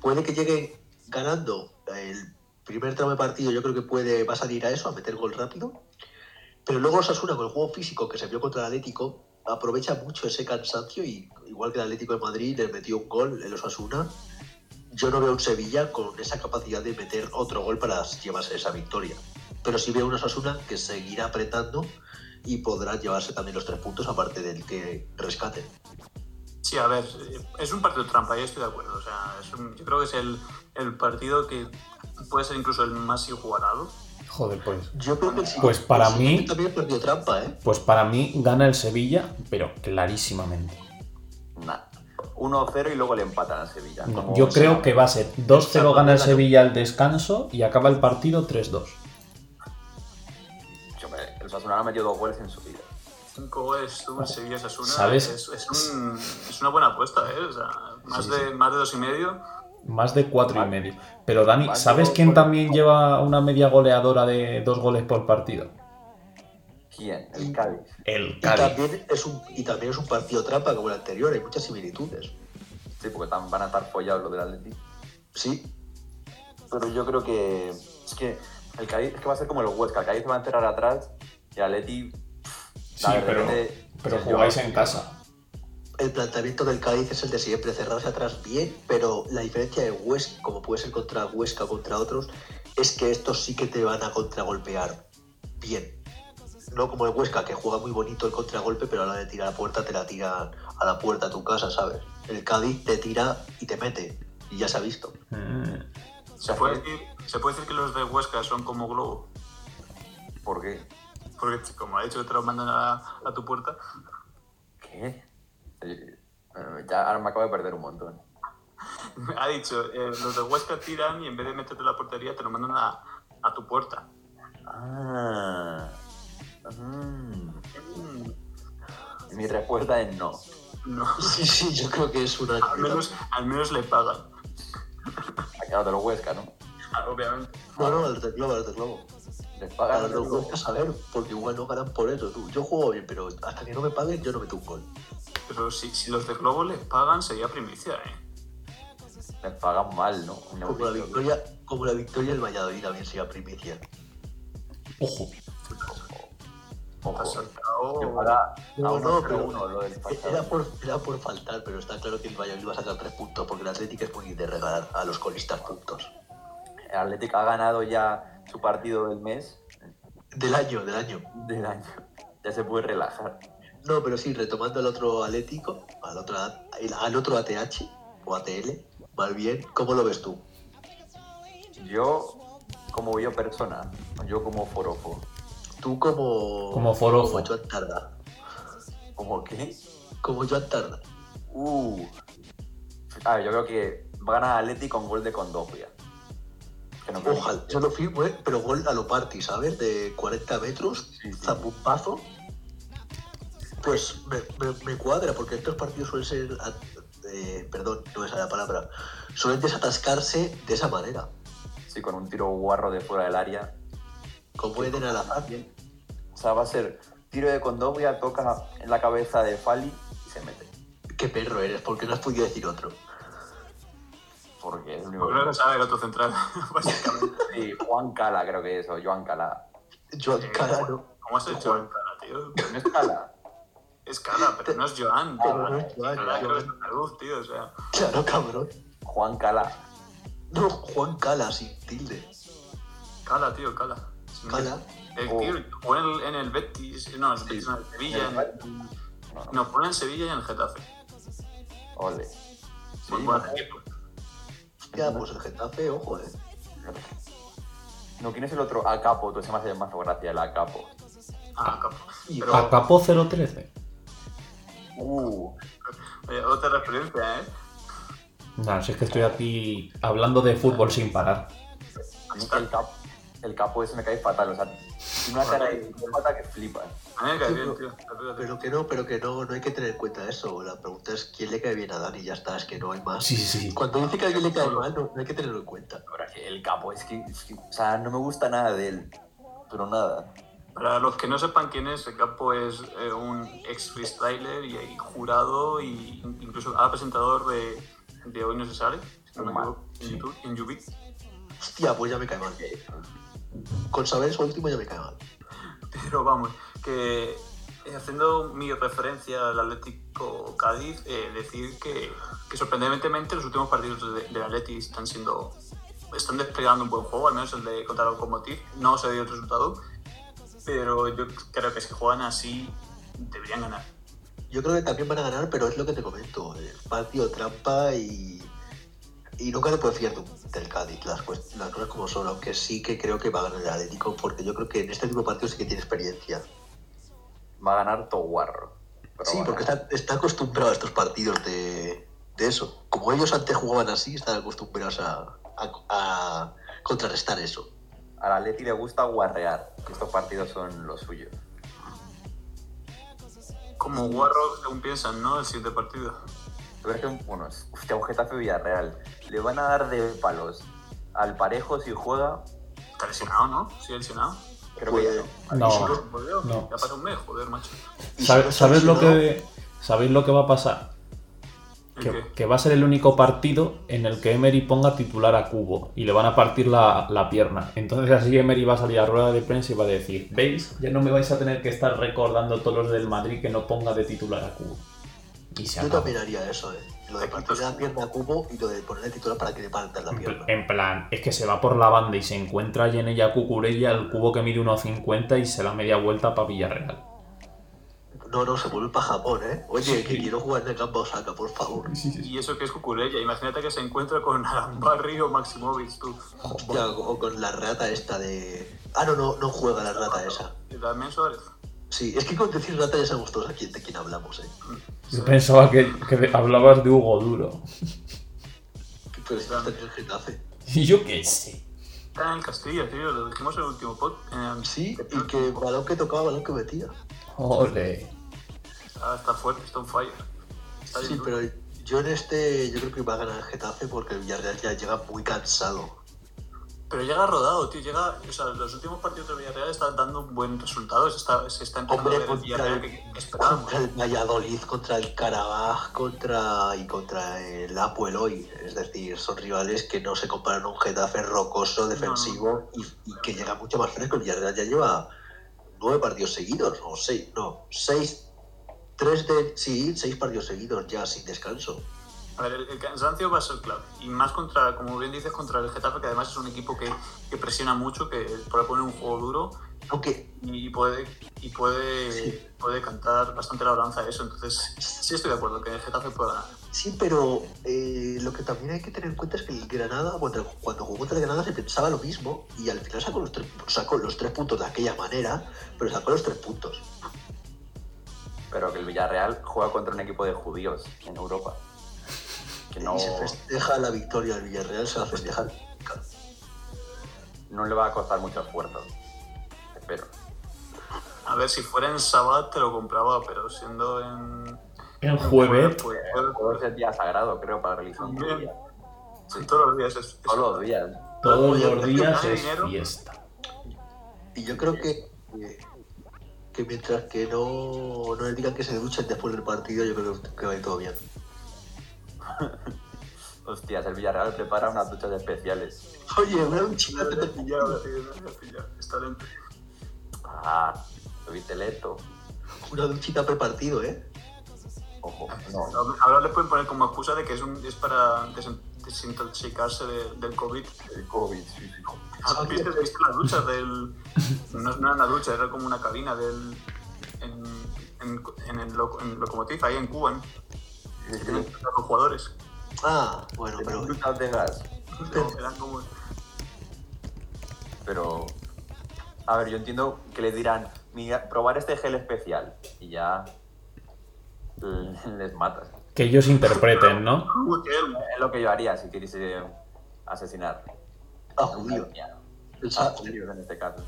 Puede que llegue ganando el primer tramo de partido, yo creo que puede, va a salir a eso, a meter gol rápido. Pero luego Osasuna con el juego físico que se vio contra el Atlético aprovecha mucho ese cansancio y igual que el Atlético de Madrid le metió un gol el Osasuna. Yo no veo un Sevilla con esa capacidad de meter otro gol para llevarse esa victoria. Pero sí veo un Osasuna que seguirá apretando y podrán llevarse también los tres puntos aparte del que rescaten.
Sí, a ver, eh, es un partido trampa, yo estoy de acuerdo. O sea, es un- yo creo que es el, el partido que puede ser incluso el más igualado.
Joder, pues.
Yo creo que el Sevilla-
Pues para
el
mí-
Sevilla también perdió trampa, ¿eh?
Pues para mí gana el Sevilla, pero clarísimamente.
Nah. 1-0 y luego le empatan a Sevilla.
No,
Como
yo
se
creo
llama.
que va a ser 2-0
Chapo,
gana el
gana.
Sevilla al descanso y acaba el partido 3-2.
Yo me- El Osasuna no ha metido dos goles en su vida.
Cinco goles, tú, el Sevilla es una.
¿Sabes?
Es, es un- es una buena apuesta, ¿eh? O sea, más,
Sí,
de, más de dos y medio.
Más de 4 y
Vale.
medio. Pero Dani,
Vale,
¿sabes
yo-
quién
por-
también lleva una media goleadora de dos goles por partido?
¿Quién? El
Mm.
Cádiz.
El
Y
Cádiz.
también, es un, y también es un partido trampa como el anterior, hay muchas similitudes.
Sí, porque tan- van a estar follados los del Atlético.
Sí,
Pero yo creo que es que el Cádiz es que va a ser como el Huesca. El Cádiz se va a enterrar atrás y el Atleti...
Sí, pero, pero jugáis en casa.
el planteamiento del Cádiz es el de siempre, cerrarse atrás bien, pero la diferencia de Huesca, como puede ser contra Huesca o contra otros, es que estos sí que te van a contragolpear bien. No como el Huesca, que juega muy bonito el contragolpe, pero a la hora de tirar a la puerta te la tiran a la puerta a tu casa, ¿sabes? El Cádiz te tira y te mete, y ya se ha visto.
Mm,
¿Se puede, decir, se puede decir que los de Huesca son como Globo.
¿Por qué?
Porque, como ha dicho, que te lo mandan a, a tu puerta.
¿Qué? Eh, eh, Ya ahora me acabo de perder un montón.
Ha dicho, eh, los de Huesca tiran y en vez de meterte en la portería te lo mandan a, a tu puerta.
Ah. Mm.
Mm,
Mi respuesta es no.
No,
Sí, sí, yo creo que es una...
al menos, al menos le pagan,
Ha quedado de los Huesca, ¿no?
Ah, obviamente.
No, no, al de Globo, al de Globo.
Les
A
pagan
los de
los
Huesca,
Huesca.
saber, porque igual no ganan por eso, tú. Yo juego bien, pero hasta que no me paguen, yo no meto un gol.
Pero si, si los de Globo les pagan sería primicia, ¿eh?
Les pagan mal, ¿no? Un
Como la
eurito.
victoria, como la victoria del Valladolid también sea primicia.
Ojo.
Ha
Ojo. Yo
saltado...
ahora-
Ah, No,
aún creo
no, pero
uno, lo del
era
pasado.
por, era por faltar, pero está claro que el Valladolid va a sacar tres puntos, porque el Atlético es muy de regalar a los colistas puntos.
El Atlético ha ganado ya su partido del mes,
Del año, del año.
del año. Ya se puede relajar.
No, pero sí, retomando al otro Atlético, al otro, A- el- al otro ATH, o ATL, más bien, ¿cómo lo ves tú?
Yo, como yo persona, yo como forofo,
Tú como...
Como forofo.
Como Joan Tarda.
como que,
Como Joan Tarda.
uh, a ver, yo creo que va a ganar Atleti con gol de Condopia. Que no
Ojalá, yo lo firmo, ¿eh? pero gol a lo party, ¿sabes? De 40 metros, zambombazo. Pues me, me- me cuadra, porque estos partidos suelen ser. a- eh, perdón, no es la palabra. Suelen desatascarse de esa manera.
Sí, con un tiro guarro de fuera del área.
Como Eden Hazard bien.
O sea, va a ser tiro de Condovia, toca en la cabeza de Fali y se mete.
Qué perro eres, porque no has podido decir otro.
Porque es el único
Porque no lo
que...
sabe el otro central. básicamente.
Sí, Juan Cala, creo que es, o Joan Cala.
Joan Cara, no.
¿Cómo has hecho Joan Cala, tío?
No es Cala.
Es Cala, pero no es Joan.
Pero
Cala.
no es Joan,
Cala creo que es
Joan.
andaluz, tío. O sea,
Claro, cabrón.
Juan Cala.
No, Juan Cala, sin tilde.
Cala, tío, Cala.
Cala.
El
Oh.
tío, o en el, en el Betis, no, en el Betis, no, en el Sevilla. en-
No, no.
Nos ponen en Sevilla y en el Getafe.
Ole.
Muy
Sí,
buen
no.
equipo.
Ya, pues el Getafe, ojo, eh.
No, ¿quién es el otro? Acapo, tú se me hace más gracia el Acapo.
Ah, capo.
Y
Pero-
Acapó 013.
Uh,
Oye, otra referencia, ¿eh?
No, si es que estoy aquí hablando de fútbol sin parar.
a mí el capo, el capo ese me cae fatal, o sea, tiene una cara de psicópata que flipas.
A mí me cae
Sí,
bien,
pero-
tío. Pero,
Pero que no, pero que no, no hay que tener en cuenta eso. La pregunta es quién le cae bien a Dani y ya está, es que no hay más.
Sí, sí, sí.
Cuando dice que a alguien le cae mal, no, no hay que tenerlo en cuenta.
Pero es que el capo es que, es que, o sea, no me gusta nada de él, pero nada.
Para los que no sepan quién es, el capo es eh, un ex freestyler y, y jurado y incluso ahora presentador de, de Hoy No Se Sale, si no me
Normal,
equivoco, en YouTube, en Yubi.
Hostia, pues ya me cae mal. Con saber eso último ya me cae mal.
Pero vamos, que eh, haciendo mi referencia al Atlético Cádiz, eh, decir que, que sorprendentemente los últimos partidos de- del Atleti están siendo. están desplegando un buen juego, al menos el de contra Locomotiv. No se dio el resultado, pero yo creo que si juegan así deberían ganar.
Yo creo que también van a ganar, pero es lo que te comento. eh, Partido trampa y. Y nunca te puedes fiar de un- del Cádiz, las, cuest- las cosas como son, aunque sí que creo que va a ganar el Atlético, porque yo creo que en este tipo de partidos sí que tiene experiencia.
Va a ganar Toguarro. pero
sí,
bueno.
porque está, está acostumbrado a estos partidos de, de eso. Como ellos antes jugaban así, están acostumbrados a, a- a contrarrestar eso.
Al Atleti le gusta guarrear, que estos partidos son los suyos.
Como Warrock, según piensan, ¿no? El siguiente partido.
Pero es que, bueno, es- hostia, un Getafe Villarreal. Le van a dar de palos al parejo si juega.
Está lesionado, ¿no? Sí, lesionado.
Creo que
Pues-
ya no.
No.
Solo volvió.
No.
Ya pasó un mes, joder, macho.
¿Sabe- ¿Sabes lo que, ¿sabéis lo que va a pasar?
¿El
Que,
qué?
que va a ser el único partido en el que Emery ponga titular a Cubo y le van a partir la, la pierna. Entonces así Emery va a salir a rueda de prensa y va a decir, ¿veis? Ya no me vais a tener que estar recordando todos los del Madrid que no ponga de titular a Cubo. Y se
Yo
acabó.
también haría eso, ¿eh? Lo de partir la pierna a Cubo y lo de ponerle titular para que le partan la
En pl-
pierna.
En plan, es que se va por la banda y se encuentra en ella Cucurella, el cubo que mide 1,50 y se da media vuelta para Villarreal.
No, no, se vuelve para Japón, ¿eh? Oye, que quiero jugar en el campo Osaka, por favor.
Y eso que es Cucurella. Imagínate que se encuentra con Arambarri o Maximovic, tú.
Hostia, o con la rata esta de... Ah, no, no, no juega la rata esa.
Y también Suárez.
Sí, es que con decir rata ya sabemos todos a quién, de quién hablamos, ¿eh?
Yo pensaba que, que hablabas de Hugo Duro.
Pero si no está en el Getafe.
Y yo qué sé.
Está en el Castilla, tío. Lo dijimos en el último pod. en-
Sí, y que balón que tocaba, balón que metía.
Ole.
Ah, Está, está fuerte, está on fire. Está
Sí,
bien duro.
pero yo en este yo creo que va a ganar el Getafe porque el Villarreal ya llega muy cansado.
Pero llega rodado, tío. Llega, o sea, los últimos partidos del Villarreal están dando un buen resultado. Se está, se está empezando
Hombre,
a ver el
contra
Villarreal
el-
que que esperábamos.
Contra el Valladolid, contra el Carabaj, contra y contra el Apuel hoy. Es decir, son rivales que no se comparan a un Getafe rocoso, defensivo y, y que llega mucho más fresco. El Villarreal ya lleva nueve partidos seguidos, o seis, no, seis, tres de, sí, seis partidos seguidos ya sin descanso.
A ver, el, el cansancio va a ser clave. Y más contra, como bien dices, contra el Getafe, que además es un equipo que, que presiona mucho, que propone un juego duro
Aunque
y puede, y puede,
Sí.
puede cantar bastante la balanza a eso. Entonces, sí estoy de acuerdo que el Getafe pueda ganar.
Sí, pero eh, lo que también hay que tener en cuenta es que el Granada, cuando, cuando jugó contra el Granada, se pensaba lo mismo y al final sacó los, tres, sacó los tres puntos de aquella manera, pero sacó los tres puntos.
Pero que el Villarreal juega contra un equipo de judíos en Europa. Que no.
Y se festeja la victoria del Villarreal, se la festeja.
no le va a costar mucho esfuerzo. Espero.
A ver, si fuera en sábado te lo compraba, pero siendo en.
En jueves.
Pues,
Todos es día sagrado, creo, para realizar un
Bien.
día.
sí, todos los días es. es-
Todos los días.
Todos
Oye,
los días
¿hay
es
dinero?
fiesta.
Y yo creo que, que, que mientras que no, no le digan que se duchen después del partido, yo creo que va a ir todo bien.
Hostias, el Villarreal prepara unas duchas especiales.
Oye, una duchita
Ya te he
de
pillado, tío, ya te he pillado. Está lento.
Ah, lo viste leto.
una duchita prepartido, ¿eh?
Ojo, no.
Ahora le pueden poner como excusa de que es, un, es para desen- desintoxicarse de- del COVID.
El COVID, sí, sí.
Ah, ¿Viste, viste la ducha del.? No es una ducha, era como una cabina del. En, en, en el loco- en Lokomotiv, ahí en Cuba, ¿eh? que tienen los jugadores.
Ah, bueno, pero
Pero duchas de gas.
No, eran como. "Ah,
Pero. A ver, yo entiendo que les dirán, "Mira, probar este gel especial. Y ya. l- Les matas.
Que ellos interpreten, ¿no?
Uy, qué él.
Es lo que yo haría si quisiese asesinar.
a judío.
A
Pensaba-
judíos en este caso.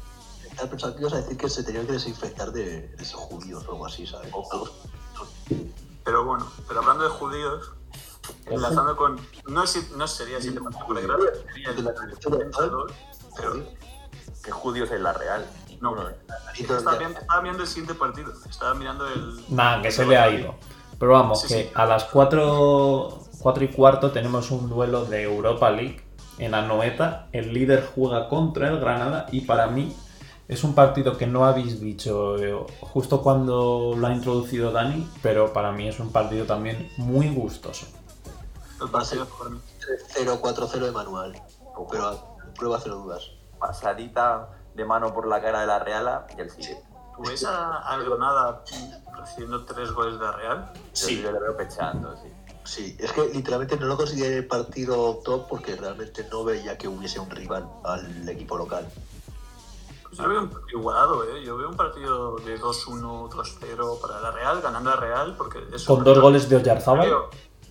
Estaba pensando que ibas a decir que se tenía que desinfectar de, de esos judíos o algo así, ¿sabes? Algo-
Pero bueno, pero hablando de judíos, enlazando con. No, es- no sería si te pasas por la gracia, sería el- el pensador, pero.
¿Qué judíos es la real?
No.
Ninguno.
Estaba viendo, estaba viendo el siguiente partido, estaba mirando el.
Nada, que se le ha ido. Pero vamos,
Sí,
que
sí.
a las 4, y cuarto tenemos un duelo de Europa League en Anoeta. El líder juega contra el Granada y para mí es un partido que no habéis dicho eh, justo cuando lo ha introducido Dani, pero para mí es un partido también muy gustoso.
El partido por mí.
0-4-0 de manual. Pero a- prueba cero dudas.
Pasadita de mano por la cara de la reala y el sigue.
¿Tú ves a, a Granada recibiendo tres goles de Real?
Yo, yo le veo pechando, sí.
Sí, es que literalmente no lo consideré el partido top porque realmente no veía que hubiese un rival al equipo local.
Pues yo veo un partido igualado, ¿eh? Yo veo un partido de 2-1, 2-0 para la Real, ganando la Real, porque eso.
Con dos goles de Oyarzábal.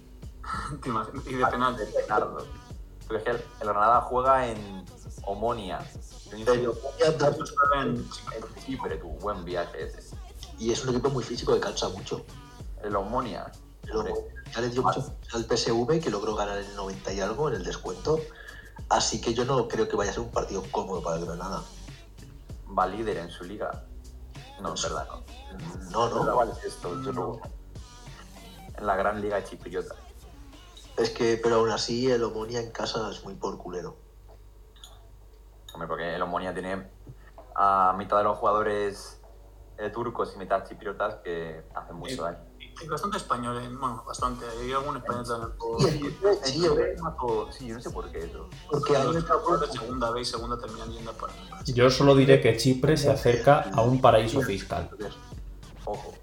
Te imaginas, Y de penal.
De Bernardo. Porque es que el, el Granada juega en Omonia.
Pero voy a
Ah.
dar-
En-
En Chipre, tu buen viaje ese.
Y es un equipo muy físico que cansa mucho.
El Omonia.
Pero
hombre,
ya le dio mucho al PSV que logró ganar el 90 y algo en el descuento. Así que yo no creo que vaya a ser un partido cómodo para el Granada.
va líder en su liga. No, en verdad no.
No,
Pero
no.
vale, esto, yo no. En la gran liga chipriota.
Es que, pero aún así, el Omonia en casa es muy por culero.
Hombre, porque el Omonia tiene a mitad de los jugadores eh, turcos y mitad chipriotas que hacen mucho daño.
Hay bastante español, ¿eh? bueno, bastante. Hay algún español también por.
Sí, sí,
Sí, yo creo que mazo- sí, yo no sé por qué eso.
Porque hay
Los jugadores de segunda B y segunda terminan yendo para.
Yo solo diré que Chipre se acerca a un paraíso fiscal.
Ojo.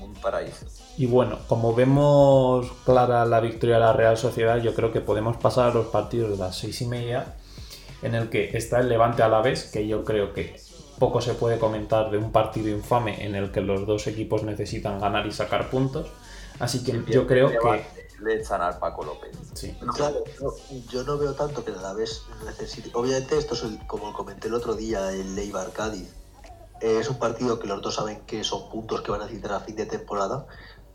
Un paraíso.
Y bueno, como vemos clara la victoria de la Real Sociedad, yo creo que podemos pasar a los partidos de las seis y media, en el que está el Levante a la vez, que yo creo que poco se puede comentar de un partido infame en el que los dos equipos necesitan ganar y sacar puntos. Así que yo creo
Le
que
va- Le echan al Paco López.
sí.
No,
Claro, no, yo no veo tanto que la vez necesite. Obviamente, esto es el- como comenté el otro día, el Leibar Cádiz. Eh, es un partido que los dos saben que son puntos que van a necesitar a fin de temporada,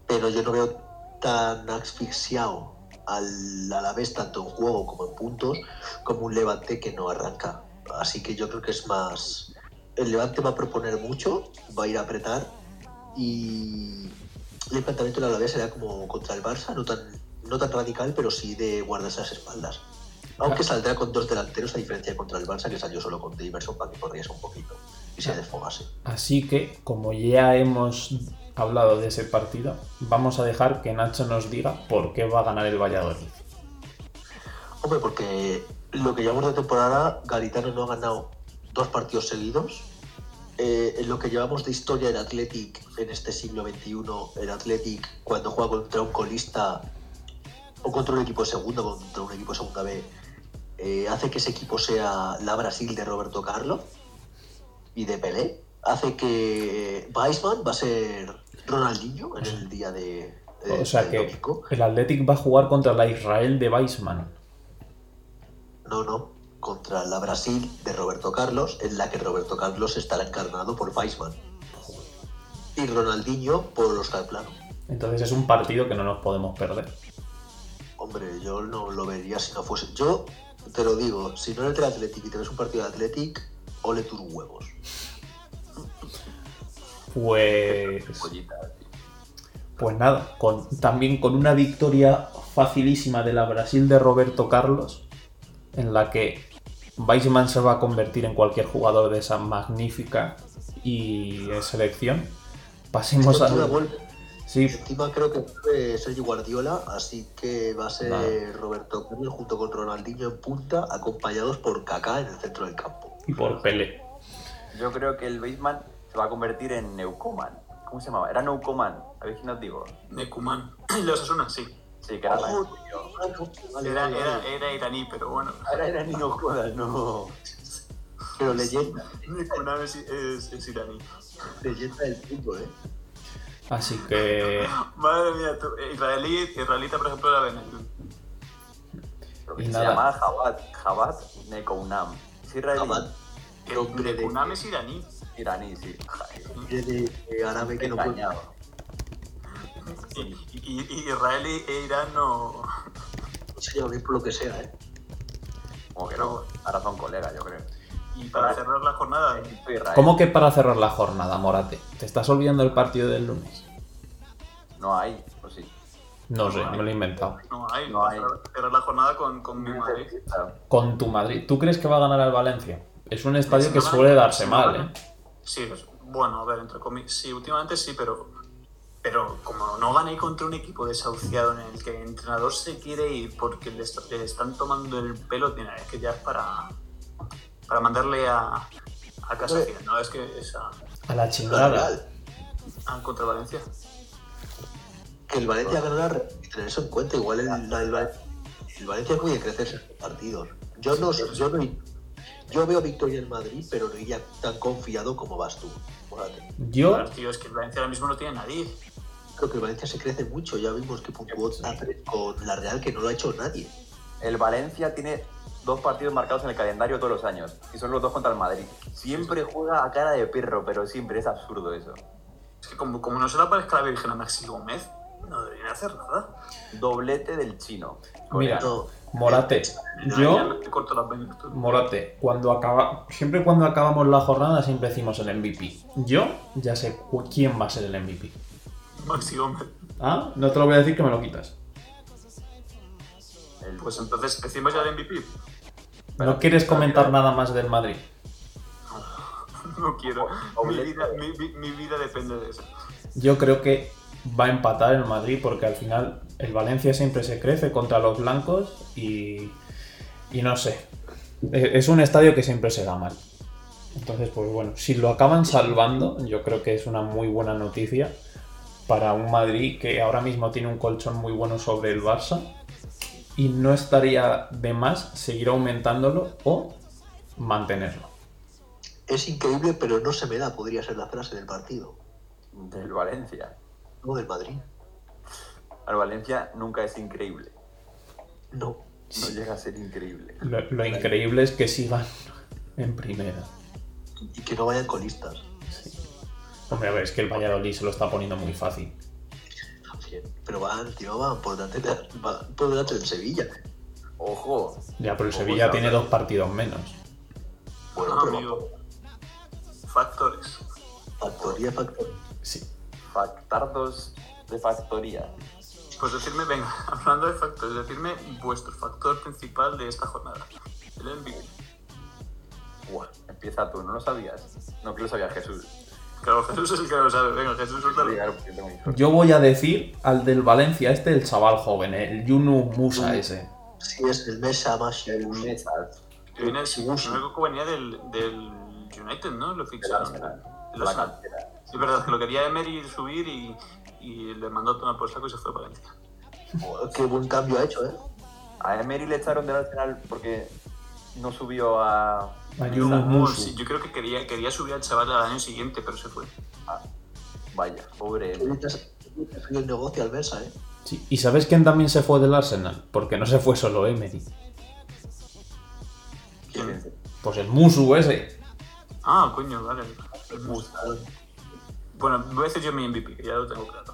pero yo no veo tan asfixiado al, a la vez, tanto en juego como en puntos, como un Levante que no arranca. Así que yo creo que es más. El Levante va a proponer mucho, va a ir a apretar y el planteamiento del Alavés era como contra el Barça, no tan, no tan radical, pero sí de guardarse las espaldas. Aunque saldrá con dos delanteros, a diferencia de contra el Barça, que salió solo con Daverson para que corriese un poquito y se desfogase.
Así que, como ya hemos hablado de ese partido, vamos a dejar que Nacho nos diga por qué va a ganar el Valladolid.
Hombre, porque lo que llevamos de temporada, Garitano no ha ganado dos partidos seguidos. Eh, en lo que llevamos de historia del Athletic en este siglo XXI, el Athletic cuando juega contra un colista o contra un equipo de segunda, contra un equipo de segunda B, eh, hace que ese equipo sea la Brasil de Roberto Carlos y de Pelé. Hace que Weisman va a ser Ronaldinho en el día de, de-
O sea
del
que
domingo.
el Athletic va a jugar contra la Israel de Weisman.
No, no, contra la Brasil de Roberto Carlos, en la que Roberto Carlos estará encarnado por Weisman. Y Ronaldinho por Oscar Plano.
Entonces es un partido que no nos podemos perder.
Hombre, yo no lo vería si no fuese. Yo te lo digo, si no eres del Athletic y te ves un partido de Athletic, ole tus huevos.
Pues. Pues nada, con, también con una victoria facilísima de la Brasil de Roberto Carlos, en la que Weissman se va a convertir en cualquier jugador de esa magnífica y selección. Pasemos
Esto encima
al-
vuelve-
Sí,
Encima creo que fue Sergio Guardiola, así que va a ser
Vale.
Roberto Carlos junto con Ronaldinho en punta, acompañados por Kaká en el centro del campo.
y por Pele.
Yo creo que el Baseman se va a convertir en Neucoman. ¿Cómo se llamaba? Era Neucoman. A ver si os digo.
Necuman. Y los Asuna, sí.
Sí, que era la-
Ojo, ah, no, vale,
Era,
vale,
era,
vale.
era iraní, pero bueno.
Ahora era Neucoman, no.
Pero leyenda,
Necuman es, es- es iraní.
leyenda del fútbol, ¿eh?
Así que.
Madre mía, tú, eh, israelí, israelita, por ejemplo, era Benedú.
Lo que
Y
se
nada.
llamaba Javad. Javad Nekounam. Es israelí.
Javad. Hombre de-
Necuman es iraní.
Iraní, sí.
Hombre de- de árabe que no puede-
Engañado.
Y, y- y Israel y- e Irán no.
no se lleva bien por lo que sea, ¿eh?
Como que no. Ahora son colegas, yo creo.
Y para cerrar la jornada,
Egipto, Israel.
¿Cómo que para cerrar la jornada, Morate? ¿Te estás olvidando el partido del lunes?
No hay, pues sí.
No sé, me lo he inventado.
no hay.
No
para
hay.
Cerrar, cerrar la jornada con, con mi Madrid.
Claro.
Con tu Madrid. ¿Tú crees que va a ganar al Valencia? Es un estadio
Si
que
no
suele
ganan-
darse
si no
mal,
ganan-
¿eh?
Sí, es- bueno, a ver, entre comillas. Sí, últimamente sí, pero. Pero como no gané contra un equipo desahuciado en el que el entrenador se quiere ir porque le, est- le están tomando el pelo, mira, es que ya es para, para mandarle a, a casa.
Hombre.
final, No, es que es a,
A la
La
chingada.
Real.
a- contra Valencia.
Que el Valencia ganará y tener eso en cuenta. Igual el, la- el, Val- el Valencia puede crecer sus partidos. Yo no, sé- yo no i- yo veo victoria en Madrid, pero no iría tan confiado como vas tú. Morate.
Yo,
Joder, tío, es que el Valencia ahora mismo no tiene nadie.
Creo que el Valencia se crece mucho. Ya vimos que puntuó a tres con la Real, que no lo ha hecho nadie.
El Valencia tiene dos partidos marcados en el calendario todos los años. Y son los dos contra el Madrid. Siempre juega a cara de perro, pero siempre. Es absurdo eso.
Es que como, como no se le aparezca la Virgen a Maxi Gómez, no deberían hacer nada.
Doblete del chino.
mira,
No,
Morate,
Ya- ya
yo,
le corto las venas, tú.
Morate, cuando acaba, siempre cuando acabamos la jornada siempre decimos el MVP. Yo ya sé cu- quién va a ser el MVP.
Maxi Gómez.
Ah, no te lo voy a decir que me lo quitas.
El-
Pues entonces decimos ya el MVP.
¿No quieres comentar nada más del Madrid?
No quiero. Mi
Doblete.
vida, mi, mi- mi vida depende de eso.
Yo creo que va a empatar el Madrid porque al final el Valencia siempre se crece contra los blancos y, y no sé. E- Es un estadio que siempre se da mal. Entonces, pues bueno, si lo acaban salvando, yo creo que es una muy buena noticia para un Madrid que ahora mismo tiene un colchón muy bueno sobre el Barça y no estaría de más seguir aumentándolo o mantenerlo.
es increíble, pero no se me da, podría ser la frase del partido.
Del Valencia.
No del Madrid.
Al Valencia nunca es increíble.
No.
No llega a ser increíble.
Lo, lo increíble es que sigan en primera.
Y que no vayan colistas.
Hombre, a ver, es que el Valladolid se lo está poniendo muy fácil.
Bien. Pero van, tío, van por delante, de- van por delante del Sevilla.
Ojo.
Ya, pero el
Ojo,
Sevilla
ya,
tiene
ya.
dos partidos menos.
Bueno,
No,
pero
Ah, amigo. Factores.
factoría, factoría.
Sí.
Factardos de factoría.
Pues decirme, venga, hablando de factores, decirme vuestro factor principal de esta jornada. El MVP.
Buah, empieza tú, ¿no lo sabías? No, que lo sabía Jesús.
Claro, Jesús es el que lo sabe. Venga, Jesús, suéltalo.
Diga, porque tengo hijos.
Yo voy a decir al del Valencia, este, el chaval joven, el Yunu Musa
Yunu.
ese.
Sí, es el Mesa más
El Mesas.
Que viene el
Sí, sí.
primer que venía del, del United, ¿no? Lo
El
ficharon.
Arsenal.
El
La
Arsenal.
cantera.
Sí, es verdad, que lo quería Emery subir y, y le mandó a tomar por saco y se fue a Valencia.
Qué buen cambio ha hecho, ¿eh?
A Emery le echaron del Arsenal porque no subió a...
A
No,
Yunu
sí,
Musa.
yo creo que quería, quería subir al chaval al año siguiente, pero se fue.
Vaya, pobre
Qué bien
Emery.
te has- qué bien te ha salido el negocio al Mesa, ¿eh?
Sí. ¿Y sabes quién también se fue del Arsenal? Porque no se fue solo Emery.
¿Quién?
Pues el Musu ese.
Ah, coño, vale.
Me gusta.
ah,
Bueno, voy a decir yo mi MVP, que ya lo tengo claro.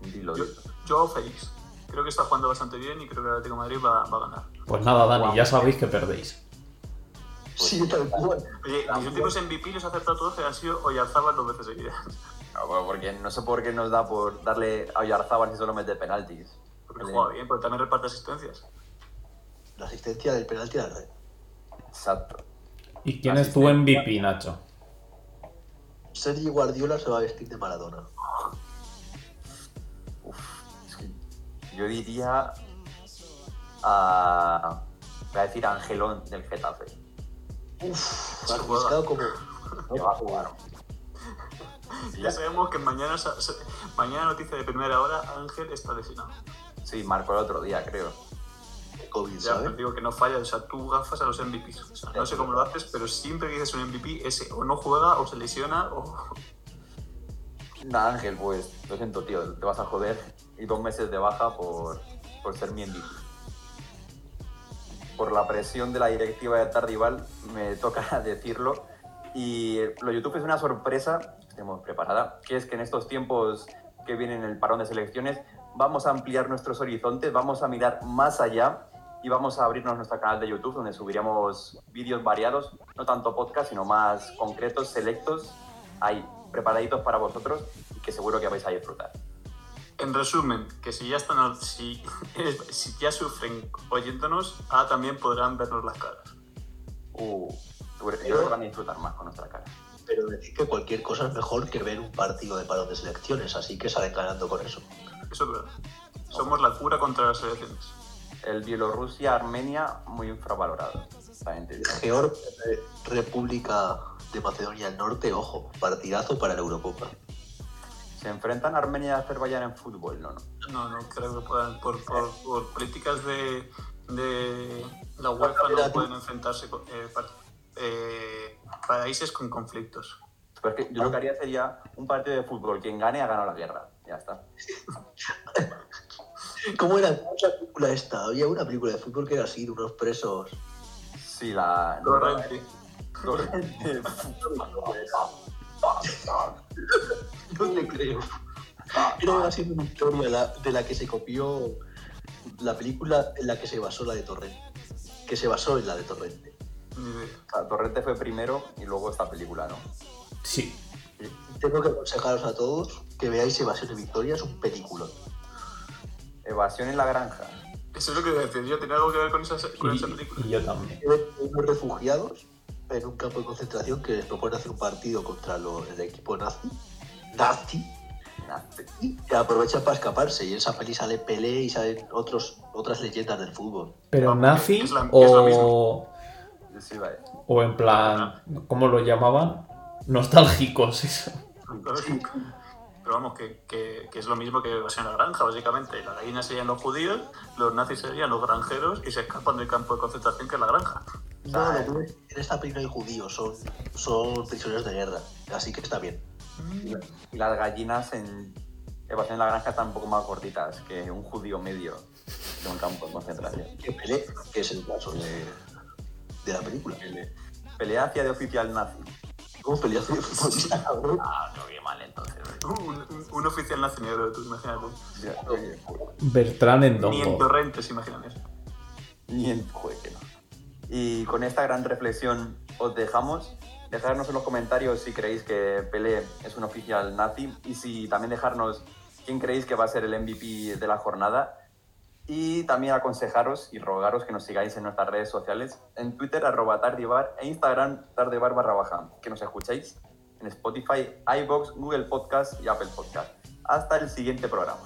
Dilo,
Yo,
dilo.
Joao Félix. Creo que está jugando bastante bien y creo que el Atlético de Madrid va, va a ganar.
Pues nada, Dani,
Guau.
ya sabéis que perdéis.
Sí, tal cual.
Oye, mis últimos MVP los he acertado todos, que han sido Oyarzábal dos veces seguidas.
Ah, bueno, porque no sé por qué nos da por darle a Oyarzábal si solo mete penaltis.
Porque
Vale.
juega bien, pero también reparte asistencias.
La asistencia del penalti a la red.
Exacto.
¿Y quién
Así
es tu
es.
MVP, Nacho?
Sergi Guardiola se va a vestir de Maradona.
Es que Yo diría a. Voy a decir a Angelón del Getafe.
Uf,
Se
arriesgado como.
Que va a jugar. Sí,
Ya sabemos que mañana, sa- sa- mañana noticia de primera hora, Ángel está lesionado.
sí, marcó el otro día, creo.
COVID,
Ya, pero
¿sabes?
digo que no falla, o sea, tú gafas a los MVPs. O sea, no sé cómo lo haces, pero siempre que dices un MVP, ese o no juega, o se lesiona, o...
Nada, Ángel, pues lo siento, tío, te vas a joder. Y dos meses de baja por, por ser mi MVP. Por la presión de la directiva de Tardival, me toca decirlo. Y lo YouTube es una sorpresa, que tenemos preparada, que es que en estos tiempos que vienen el parón de selecciones, vamos a ampliar nuestros horizontes, vamos a mirar más allá y vamos a abrirnos nuestro canal de YouTube donde subiremos vídeos variados, no tanto podcast, sino más concretos, selectos, ahí, preparaditos para vosotros y que seguro que vais a disfrutar.
En resumen, que si ya están, al- si, si ya sufren oyéndonos, ah, también podrán vernos las caras.
Uh, yo creo que van a disfrutar más con nuestra cara.
Pero decir que cualquier cosa es mejor que ver un partido de parón de selecciones, así que salen ganando con eso.
Eso es verdad. Somos la cura contra las selecciones.
El Bielorrusia-Armenia, muy infravalorado. También te digo.
Georgia, eh, República de Macedonia del Norte, ojo, partidazo para la Eurocopa.
Se enfrentan Armenia y Azerbaiyán en fútbol, no, no.
No, no creo que puedan. Por, por- por políticas de, de la UEFA no pueden enfrentarse con, eh, pa- eh, países con conflictos.
Pero es que yo lo que haría sería un partido de fútbol. Quien gane ha ganado la guerra. Ya está.
¿Cómo era ¿Cómo era la película esta? Había una película de fútbol que era así, de unos presos.
Sí, la.
Correcto.
Correcte.
No te creo. Era así una historia la- de la que se copió la película en la que se basó la de Torrente. Que se basó en la de Torrente.
Ni idea.
La Torrente fue primero y luego esta película, ¿no?
Sí.
Tengo que aconsejaros a todos que veáis Evasión de Victoria, es un película.
Evasión en la granja.
Eso es lo que iba a decir. Yo tenía algo que ver con esa, con esa
Y,
película.
y yo también.
Unos refugiados en un campo de concentración que les propone hacer un partido contra los- el equipo nazi. Nazi.
Nah,
Y aprovechan para escaparse. Y en esa peli sale Pelé y salen otros, otras leyendas del fútbol.
Pero
No,
nazi
Ah, es la- es lo
o,
mismo.
sí, vale.
o en plan, ¿cómo lo llamaban? Nostálgicos. eso.
Pero vamos, que, que- que es lo mismo que evasión en la granja, básicamente. La gallina serían los judíos, los nazis serían los granjeros y se escapan del campo de concentración que es la granja.
No,
Vale.
lo bueno es que en esta película hay judíos, son, son prisioneros de guerra. Así que está bien.
Y las gallinas en Evasión en la granja están un poco más cortitas que un judío medio de un campo de concentración.
Que Pelé, que es el caso de, de la película.
Pele- Pelea hacia de oficial nazi.
¿Cómo Pelé hace futbolista, cabrón?
Ah, no, qué mal entonces.
Uh, Un, un- un oficial nazi negro, tú imagínate.
Ya, oye, pues,
Bertrán en
Ni en
Dombo.
torrentes, imagínate.
Ni en joder, que no. Y con esta gran reflexión os dejamos. Dejadnos en los comentarios si creéis que Pelé es un oficial nazi y si también dejarnos quién creéis que va a ser el MVP de la jornada. Y también aconsejaros y rogaros que nos sigáis en nuestras redes sociales, en Twitter arroba tardivar e Instagram tardivar barra baja, que nos escuchéis en Spotify, iBox, Google Podcast y Apple Podcast. Hasta el siguiente programa.